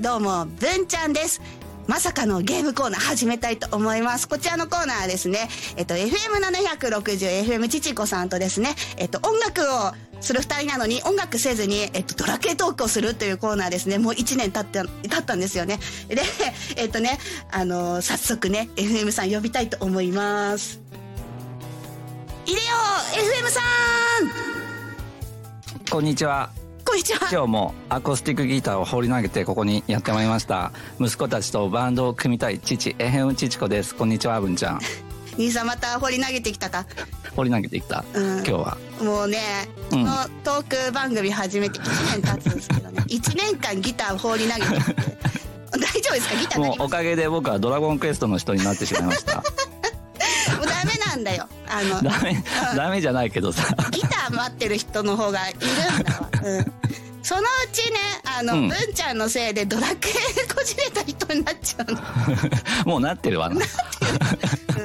どうも、文ちゃんです。まさかのゲームコーナー始めたいと思います。こちらのコーナーはですね、えっと、FM760、FM ちちこさんとですね、えっと、音楽をする二人なのに音楽せずに、えっと、ドラケトークをするというコーナーですね。もう一年経った、経ったんですよね。で、えっとね、あのー、早速ね、FM さん呼びたいと思います。入れよう !FM さんこんにちは。こんにちは。今日もアコースティックギターを放り投げてここにやってまいりました。息子たちとバンドを組みたい父、FM ちちこです。こんにちは、文 ちゃん。兄さんまた放り投げてきたか放り投げてきた、うん、今日はもうね、うん、このトーク番組始めて1年経つんですけど ね1年間ギター放り投げて大丈夫ですかギターもうおかげで僕は「ドラゴンクエスト」の人になってしまいました もうダメなんだよあのダメ、うん、ダメじゃないけどさ ギター待ってる人の方がいるんだわ、うん、そのうちねあの、うん、文ちゃんのせいでドラクエこじれた人になっちゃうのもうなってるわななってる、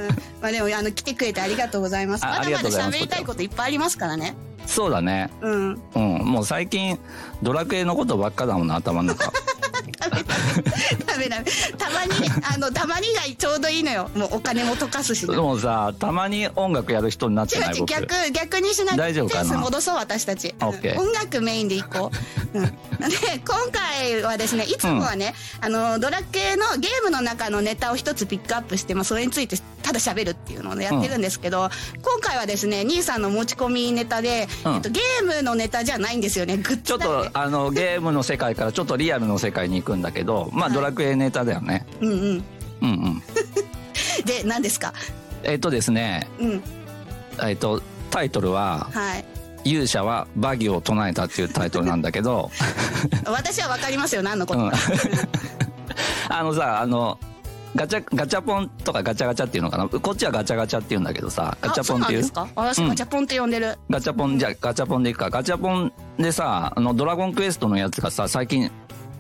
うんまあ、でもあの来てくれてありがとうございますまだまだ喋りたいこといっぱいありますからねそうだねうん、うん、もう最近ドラクエのことばっかだもんな頭の 中ダメダメダメたまにあのたまにがちょうどいいのよもうお金も溶かすし、ね、でもさたまに音楽やる人になってない僕逆逆にしない大丈夫かなペース戻そう私たち、 OK うん、音楽メインでいこう、うん、 で今回はですねいつもはね、うん、あのドラクエのゲームの中のネタを一つピックアップして、まあ、それについてただ喋るっていうのをやってるんですけど、うん、今回はですね兄さんの持ち込みネタで、えっと、ゲームのネタじゃないんですよねグッズちょっとあ のゲームの世界からちょっとリアルの世界に行くんだけどまあ、はい、ドラクエネタだよね、うんうん、うんうんで何ですかえっとですね、うん、えっとタイトルは、はい勇者はバギを唱えたっていうタイトルなんだけど私は分かりますよ何のこと、うん、 あのさあのガチャガチャポンとかガチャガチャっていうのかなこっちはガチャガチャっていうんだけどさガチャポンっていうそうなんですか私、うん、ガチャポンって呼んでるガチャポンじゃガチャポンでいくかガチャポンでさあのドラゴンクエストのやつがさ最近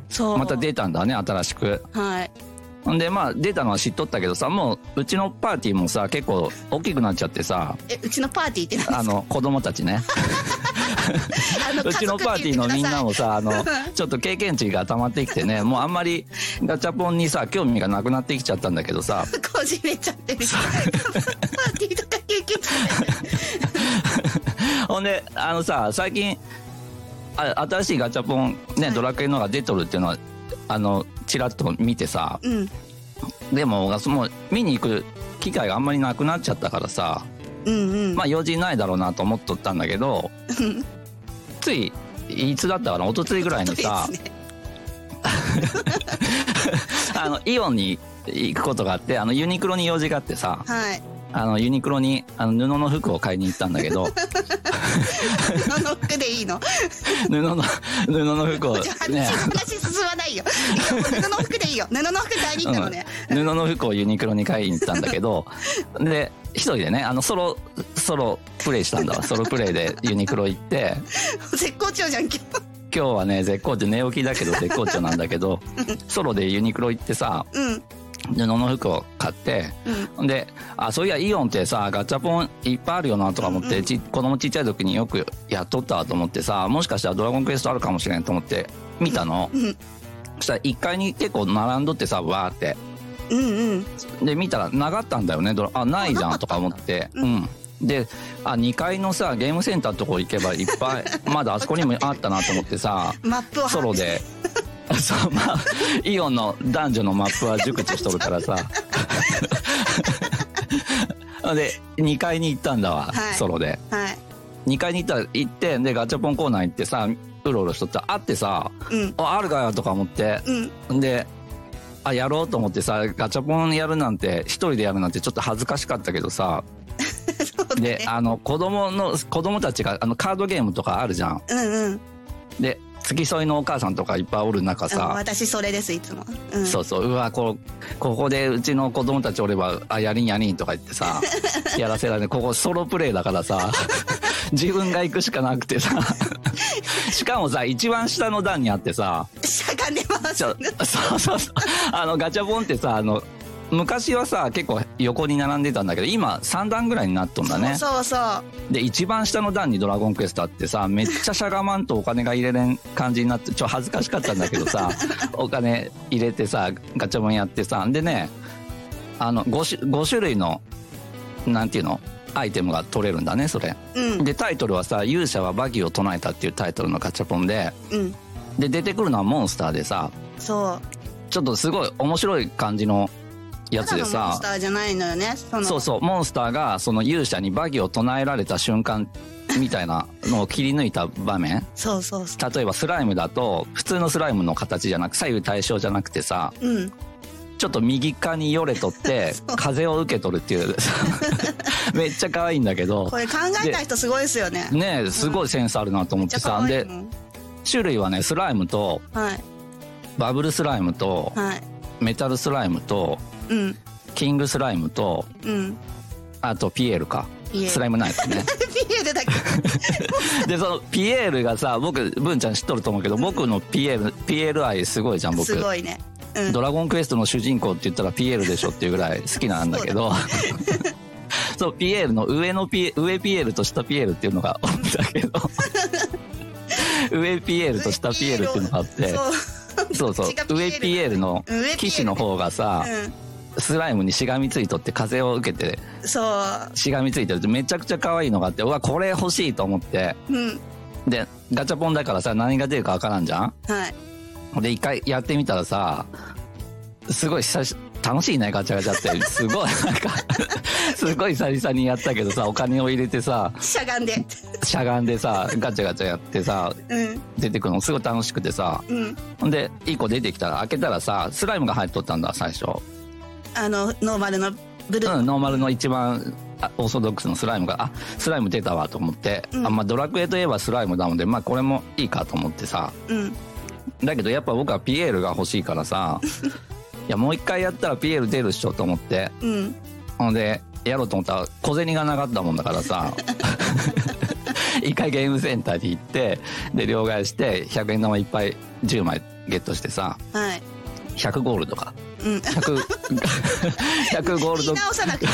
そうまた出たんだね新しくはいんでまあ出たのは知っとったけどさもううちのパーティーもさ結構大きくなっちゃってさえうちのパーティーって何あ の子供たちねうちのパーティーのみんなもさあの ちょっと経験値が溜まってきてねもうあんまりガチャポンにさ興味がなくなってきちゃったんだけどさこじれちゃってるパーティーとか経験値ほんであのさ最近あ新しいガチャポンね、はい、ドラクエのが出とるっていうのはあのちらっと見 てさ、うん、でもその見に行く機会があんまりなくなっちゃったからさ、うんうん、まあ用事ないだろうなと思っとったんだけどついいつだったかな一昨日ぐらいにさ、ね、あのイオンに行くことがあってあのユニクロに用事があってさ、はい、あのユニクロにあの布の服を買いに行ったんだけ ど布の服でいい の布の布の服を、ね、話進まないよ布の服でいいよ布の服買いに行ったのね、 うん、布の服をユニクロに買いに行ったんだけどで一人でねあのソロソロプレイしたんだ わソロプレイでユニクロ行って絶好調じゃん今日今日はね絶好調寝起きだけど絶好調なんだけど、うん、ソロでユニクロ行ってさ、うん布の服を買って、うん、であそういやイオンってさガチャポンいっぱいあるよなとか思って、うんうん、ち子供ちっちゃい時によくやっとったと思ってさもしかしたら「ドラゴンクエスト」あるかもしれんと思って見た の、うんうん、そしたら1階に結構並んどってさわーって、うんうん、で見たらなかったんだよねあないじゃんとか思って、 うん、であ2階のさゲームセンターのとこ行けばいっ ぱいまだあそこにもあったなと思ってさソロで。 そうまあイオンの男女のマップは熟知しとる からさで2階に行ったんだわ、はい、ソロで、、はい2階に行ったら行ってでガチャポンコーナー行ってさうろうろしとったあってさ、うん、ああるかよとか思って、うん、であやろうと思ってさガチャポンやるなんて一人でやるなんてちょっと恥ずかしかったけどさね、であの子供の子供たちがあのカードゲームとかあるじゃん。うんうん、で付き添いのお母さんとかいっぱいおる中さ、私それですいつも、うん、そうそううわこここでうちの子供たちおれば「あやりんやりん」とか言って さやらせられここソロプレイだから さ自分が行くしかなくてさしかもさ一番下の段にあってさしゃがんでます そうそうそうあのガチャポンってさあの昔はさ結構横に並んでたんだけど今3段ぐらいになっとんだ ねそうそうで一番下の段に「ドラゴンクエスト」あってさめっちゃしゃがまんとお金が入れれん感じになってちょ恥ずかしかったんだけど さお金入れてさガチャモンやってさでねあの 5, 種5種類のなんていうのアイテムが取れるんだねそれ、うんでタイトルはさ「勇者はバギーを唱えた」っていうタイトルのガチャポンでうんで出てくるのはモンスターでさそうちょっとすごい面白い感じのやつでただのモンさスターじゃないのよねそのそうそうモンスターがその勇者にバギーを唱えられた瞬間みたいなのを切り抜いた場面そうそうそ例えばスライムだと普通のスライムの形じゃなく左右対称じゃなくてさううんちょっと右側によれとって 風を受け取るっていうめっちゃ可愛いんだけどこれ考えた人すごいですよねめっねえすごいセンスあるなと思っちゃて可さ愛いでもん種類はねスライムとはいバブルスライムとはいメタルスライムとうんキングスライムとうんあとピエールかピエールスライムナイフねピエールだけでそのピエールがさ僕文ちゃん知っとると思うけど僕のピエールピエール愛すごいじゃん僕すごいねうんドラゴンクエストの主人公って言ったらピエールでしょっていうぐらい好きなんだけどそうピエールの上のピエ上ピエールと下ピエールっていうのが あるんだけど上ピエールと下ピエールっていうのがあってそうそうそどうっちが上ピエールの上ピエール騎士の方がさスライムにしがみついとって風を受けてうんそしがみついてるってめちゃくちゃ可愛いのがあってうわこれ欲しいと思ってううんでガチャポンだからさ何が出るかわからんじゃんはいで一回やってみたらさすごい久し楽しいねガチャガチャってすごいなんか すごい久々にやったけどさお金を入れてさしゃがんでしゃがんでさガチャガチャやってさうん出てくるのすごい楽しくてさうんほんで1個出てきたら開けたらさスライムが入っとったんだ最初あのノーマルのブルーうん、ノーマルの一番あオーソドックスのスライムがあスライム出たわと思って、うんあまあ、ドラクエといえばスライムなので、まあ、これもいいかと思ってさうんだけどやっぱ僕はピエールが欲しいか らさいやもう一回やったらピエール出るっしょと思ってうんほんでやろうと思ったら小銭がなかったもんだか らさ一回ゲームセンターに行ってで両替して100円玉いっぱい10枚ゲットしてさはい100ゴールドかうん 100 100ゴール言ドい直さなくていい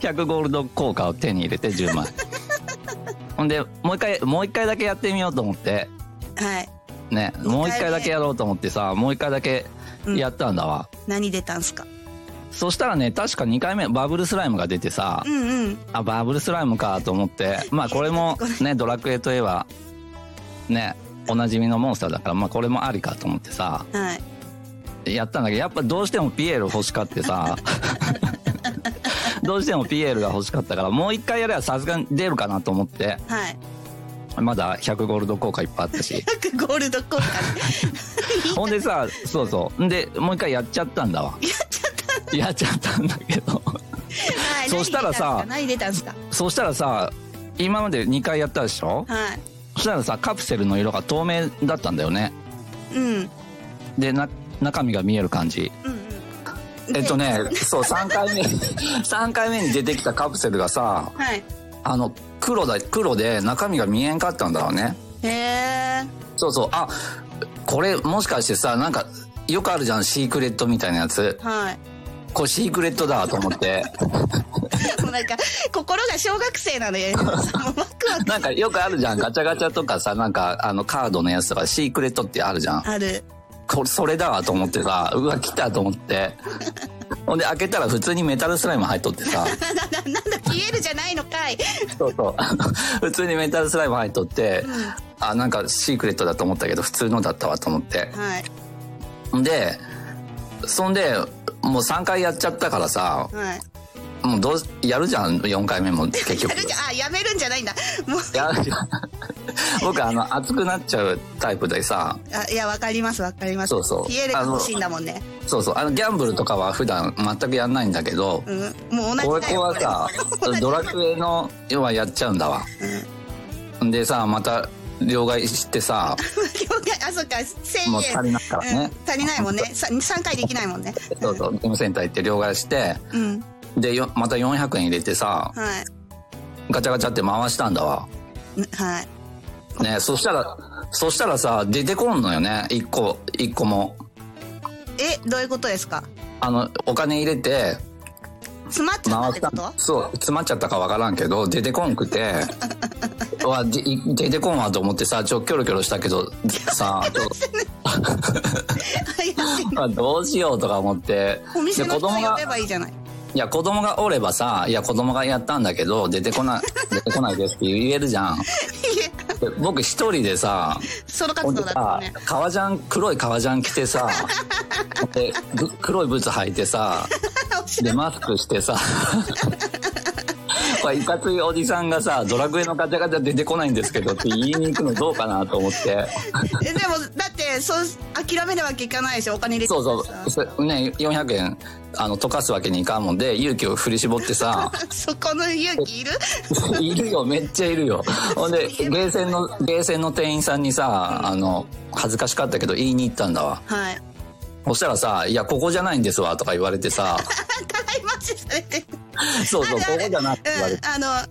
100ゴールド効果を手に入れて10枚ほんでもう一回もう一回だけやってみようと思ってはいね目もう一回だけやろうと思ってさもう一回だけやったんだわ、何出たんすかそしたらね確か2回目バブルスライムが出てさ、うんうんあバブルスライムかと思ってまあこれ もねドラクエといえばねおなじみのモンスターだから、まあ、これもありかと思ってさはいやったんだけどやっぱどうしてもピエール欲しかって さどうしてもピエールが欲しかったからもう一回やればさすがに出るかなと思ってはいまだ100ゴールド効果いっぱいあった し100ゴールド効果ほんでさそうそうんでもう一回やっちゃったんだわやっちゃったんだけどはいそしたらさ何出たんすかそうしたらさ今まで2回やったでしょ何出たんすそしたらさカプセルの色が透明だったんだよねかはいうんでな中身が見える感じうんうんえっとねそう3回目 三回目に出てきたカプセルがさはいあの黒だ黒で中身が見えんかったんだろうねへえそうそうあこれもしかしてさなんかよくあるじゃんシークレットみたいなやつはい これシークレットだと思ってもうなんか心が小学生なの よもうワクワクなんかよくあるじゃんガチャガチャとかさなんかあのカードのやつとかシークレットってあるじゃんある これそれだわと思ってさうわ来たと思 ってほんで開けたら普通にメタルスライム入っとってさななななんだ消えるじゃないのかいそうそう 普通にメタルスライム入っとってあなんかシークレットだと思ったけど普通のだったわと思ってはいんでそんでもう3回やっちゃったからさはいもうどうしやるじゃん4回目 も結局やるじゃんあやめるんじゃないんだもうやるじゃん 僕あの熱くなっちゃうタイプでさあいやわかりますわかりますそうそう消えるが欲しいんだもんねそうそうあのギャンブルとかは普段全くやんないんだけど、うんもうこ同じれだこよはさ同じドラクエの要はやっちゃうんだわうん でさまた両替し てさ了解あそっか1000円もう足りないからねうん足りないもんねさ3回できないもんねそうそうゲームセンター行って両替してうんでよまた400円入れてさはいガチャガチャって回したんだわんはいねそしたらそしたらさ出てこんのよね一個一個もえどういうことですかあの、お金入れて、詰まっちゃったってことそう、詰まっちゃったかわからんけど、出てこんく て、わでい出てこんわと思ってさ、ちょ、キョロキョロしたけど、さ、ちょ怪しいあどうしようとか思って。お店ので人子供呼がべばいいじゃないいや、子供がおればさ、いや、子供がやったんだけど、出てこ ない、出てこないですって言えるじゃん。いえで僕一人でさ、ソロ活ほん動でだったさのね、革ジャン、黒い革ジャン着てさ、で、ぐ黒いブーツ履い てさ、で、マスクしてさ、これいかついおじさんがさ、ドラクエのガチャガチャ出てこないんですけどって言いに行くのどうかなと思って。えでもだってそう諦めるわけいかないでしょお金入れてそうそさうそれ、ね、400円、あの、溶かすわけにいかんもんで、勇気を振り絞って さ、そこの勇気いるいるよ、めっちゃいるよ。ほんで、ゲーセンの、ゲーセンの店員さんにさ、あの、恥ずかしかったけど言いに行ったんだわ。はいそしたらさ、いや、ここじゃないんですわ、とか言われて さ、互い待ちされてるそうそう、こあるあるこじゃないって言われて。うん、あ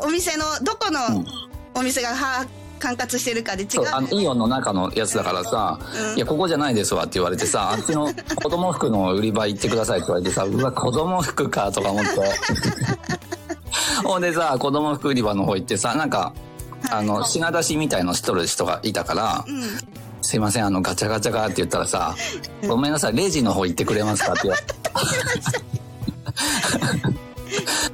のお店のどこのうんお店がは管轄してるかで違うそう、あの、イオンの中のやつだからさ、いや、ここじゃないですわって言われてさ、あっちの子供服の売り場行ってくださいって言われてさ、うわ、子供服か、とか 思って。ほんでさ、子供服売り場の方行ってさ、なんか、あの、品出しみたいのしとる人がいたから、うん、すいません、あの、ガチャガチャがって言ったらさ、ごめんなさい、レジの方行ってくれますかって言わ れて。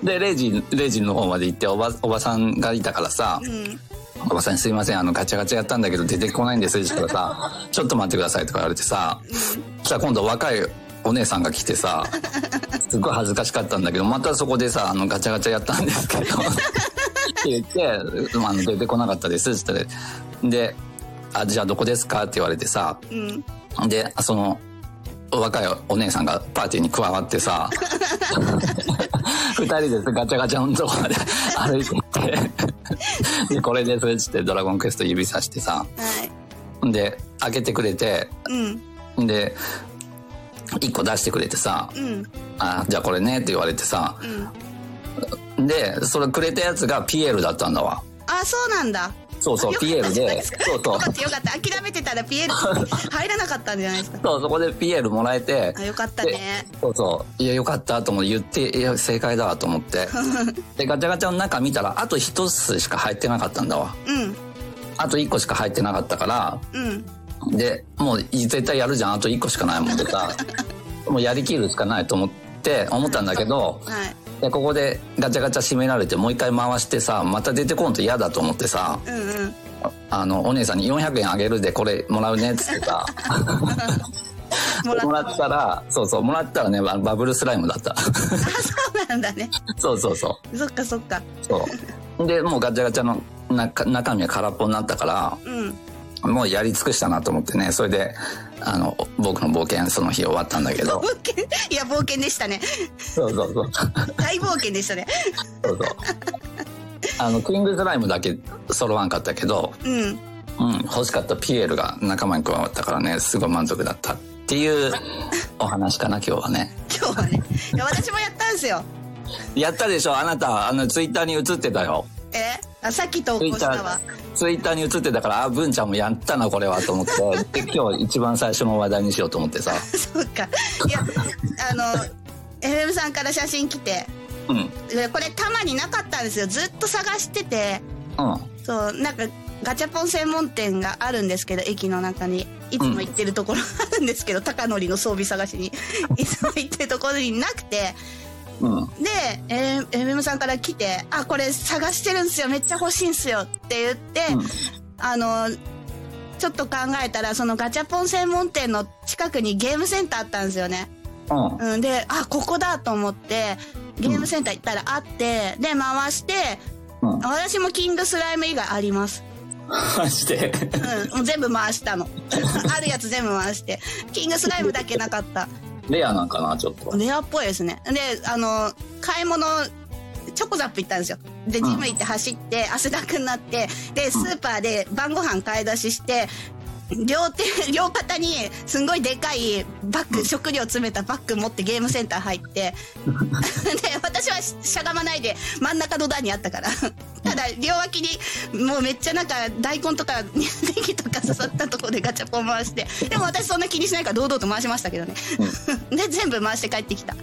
で、レジ、レジの方まで行って、おば、おばさんがいたからさ、うん、おばさんにすいません、あの、ガチャガチャやったんだけど出てこないんですって言ったらさ、ちょっと待ってくださいとか言われてさ、そしたら今度若いお姉さんが来てさ、すっごい恥ずかしかったんだけど、またそこでさ、あの、ガチャガチャやったんですけど、って言って、まああの、出てこなかったですって言ったら、で、あ、じゃあどこですかって言われてさ、うん、で、その、若いお姉さんがパーティーに加わっ てさ、二人でガチャガチャのとこまで 歩いてって、で、これですっつってドラゴンクエスト指さしてさ、はい、で、開けてくれて、うん、で、一個出してくれてさ、うん、あ、じゃあこれねって言われてさ、うん。で、それくれたやつがピエールだったんだわ。あ、そうなんだ。そうそう、ピエよールかったじゃないで、ですかそうそうよ。かったよかった。諦めてたらピエ ール入らなかったんじゃないですか。そう、そこでピエールもらえてあ、、よかったね。そうそう。いや、よかったと思って言って、いや、正解だわと 思って。で、ガチャガチャの中見たら、あと一つしか入ってなかったんだわ。うん、あと一個しか入ってなかったから、うん、で、もう絶対やるじゃん。あと一個しかないもんで さ、もうやりきるしかないと思って、思ったんだけど、はい、でここでガチャガチャ閉められて、もう一回回してさ、また出てこんと嫌だと思ってさ、うん、うん。あの、お姉さんに400円あげるでこれもらうねっつってさ、 もらもっらったら、そうそう、もらったらね、ババブルスライムだっ た。た。あ、そうなんだね。そうそうそう。そっかそっか。そう。で、もうガチャガチャの中中身は空っぽになったかうん。ら、もうやり尽くしたなと思ってね、それで、あの、僕の冒険その日終わったんだけど冒、険いや、冒険でしたね。 そうそうそう。大冒険でしたね。そうそう。あの、キングスライムだけ揃わんかったけど、うん。うん、欲しかったピエールが仲間に加わったからね、すごい満足だったっていうお話かな、今日はね。今日はね。いや、私もやったんですよ。やったでしょあなた、あの、ツイッターに映ってたよ。えあ、さっき投ツ稿イッしタたわー。、ツイッターに映ってたから、あ、文ちゃんもやったな、これは、と思って。 で、今日一番最初の話題にしようと思ってさ。そうか。いや、あの、FM さんから写真来て、うん。でこれたまになかったんですよ。ずっと探してて、うそう、なんか、ガチャポン専門店があるんですけど、駅の中に。いつも行ってるところあるんですけど、高典の装備探しに。 いつも行ってるところになくて。ん。うん。で、えー MM さんから来て、あ、これ探してるんですよ、めっちゃ欲しいんすよって言って、うんあの、ちょっと考えたら、そのガチャポン専門店の近くにゲームセンターあったんですよね。うん。うん、で、あ、ここだと思って、ゲームセンター行ったらあって、で、回して、うん。私もキングスライム以外あります。マジ で。うん、もう全部回したの。 あるやつ全部回して。キングスライムだけなか った。レアなんかな、ちょっと。レアっぽいですね。で、あの、買い物、チョコザップ行ったんですよ。で、うんジム行って走って、汗だくになって、で、スーパーで晩ご飯買い出しして、両手、 両肩に、すんごいでかいバッグ、食料詰めたバッグ持ってゲームセンター 入って、で、私はししゃがまないで、真ん中の段にあったから。ただ、両脇に、もうめっちゃなんか、大根とか、ネギとかか刺さったところでガチャポン回してでも私そんな気にしないから堂々と回しましたけどね、 で全部回して帰ってきた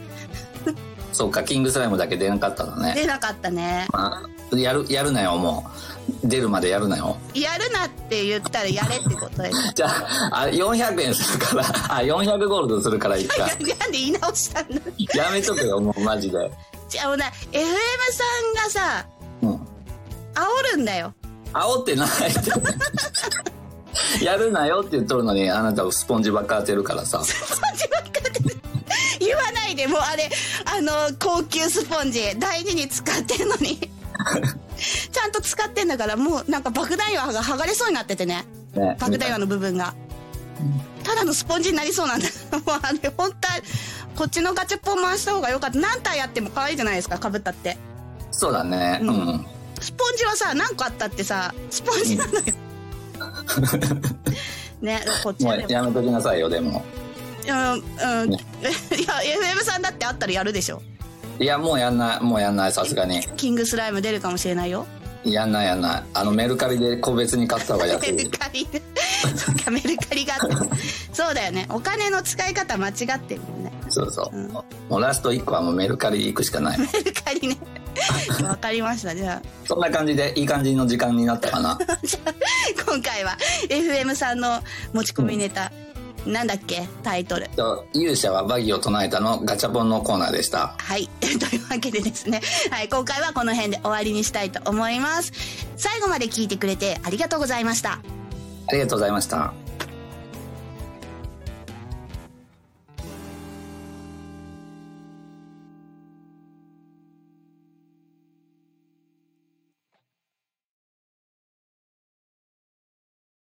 そうかキングスライムだけ出なかったのね出なかったね、まあ、やるやるなよもう出るまでやるなよやるなって言ったらやれってことでじゃああ400円するからあ400ゴールドするからいっかなんで言い直したんだやめとけよもうマジでじゃあな FM さんがさうん煽るんだよ煽ってない やるなよって言っとるのにあなたスポンジばっか当てるからさスポンジばっかり言わないでもうあれあの高級スポンジ大事に使ってんのにちゃんと使ってんだからもうなんか爆弾岩が剥がれそうになっててねね爆弾岩の部分がただのスポンジになりそうなんだ もうあれ本当はこっちのガチャポン回した方が良かった何体やっても可愛いじゃないですかかぶったってそうだねうん、うスポンジはさ何個あったってさスポンジなのよねこっちもはうでもやめときなさいよでもうんうん、ね いや FM さんだってあったらやるでしょいやもうやんないもうやんないさすがにキングスライム出るかもしれないよやんないやんないあのメルカリで個別に買った方がメ安い ルカリそうかメルカリがあったそうだよねお金の使い方間違ってるよねそうそう、うんもうラスト1個はもうメルカリ行くし かないメルカリねわかりましたじゃそんな感じでいい感じの時間になったかな あじゃあ今回は FM さんの持ち込みネタ、なんだっけタイトルと勇者はバギを唱えたのガチャポンのコーナーでしたはい。 というわけでですね、はい、今回はこの辺で終わりにしたいと思います。最後まで聞いてくれてありがとうございました。ありがとうございました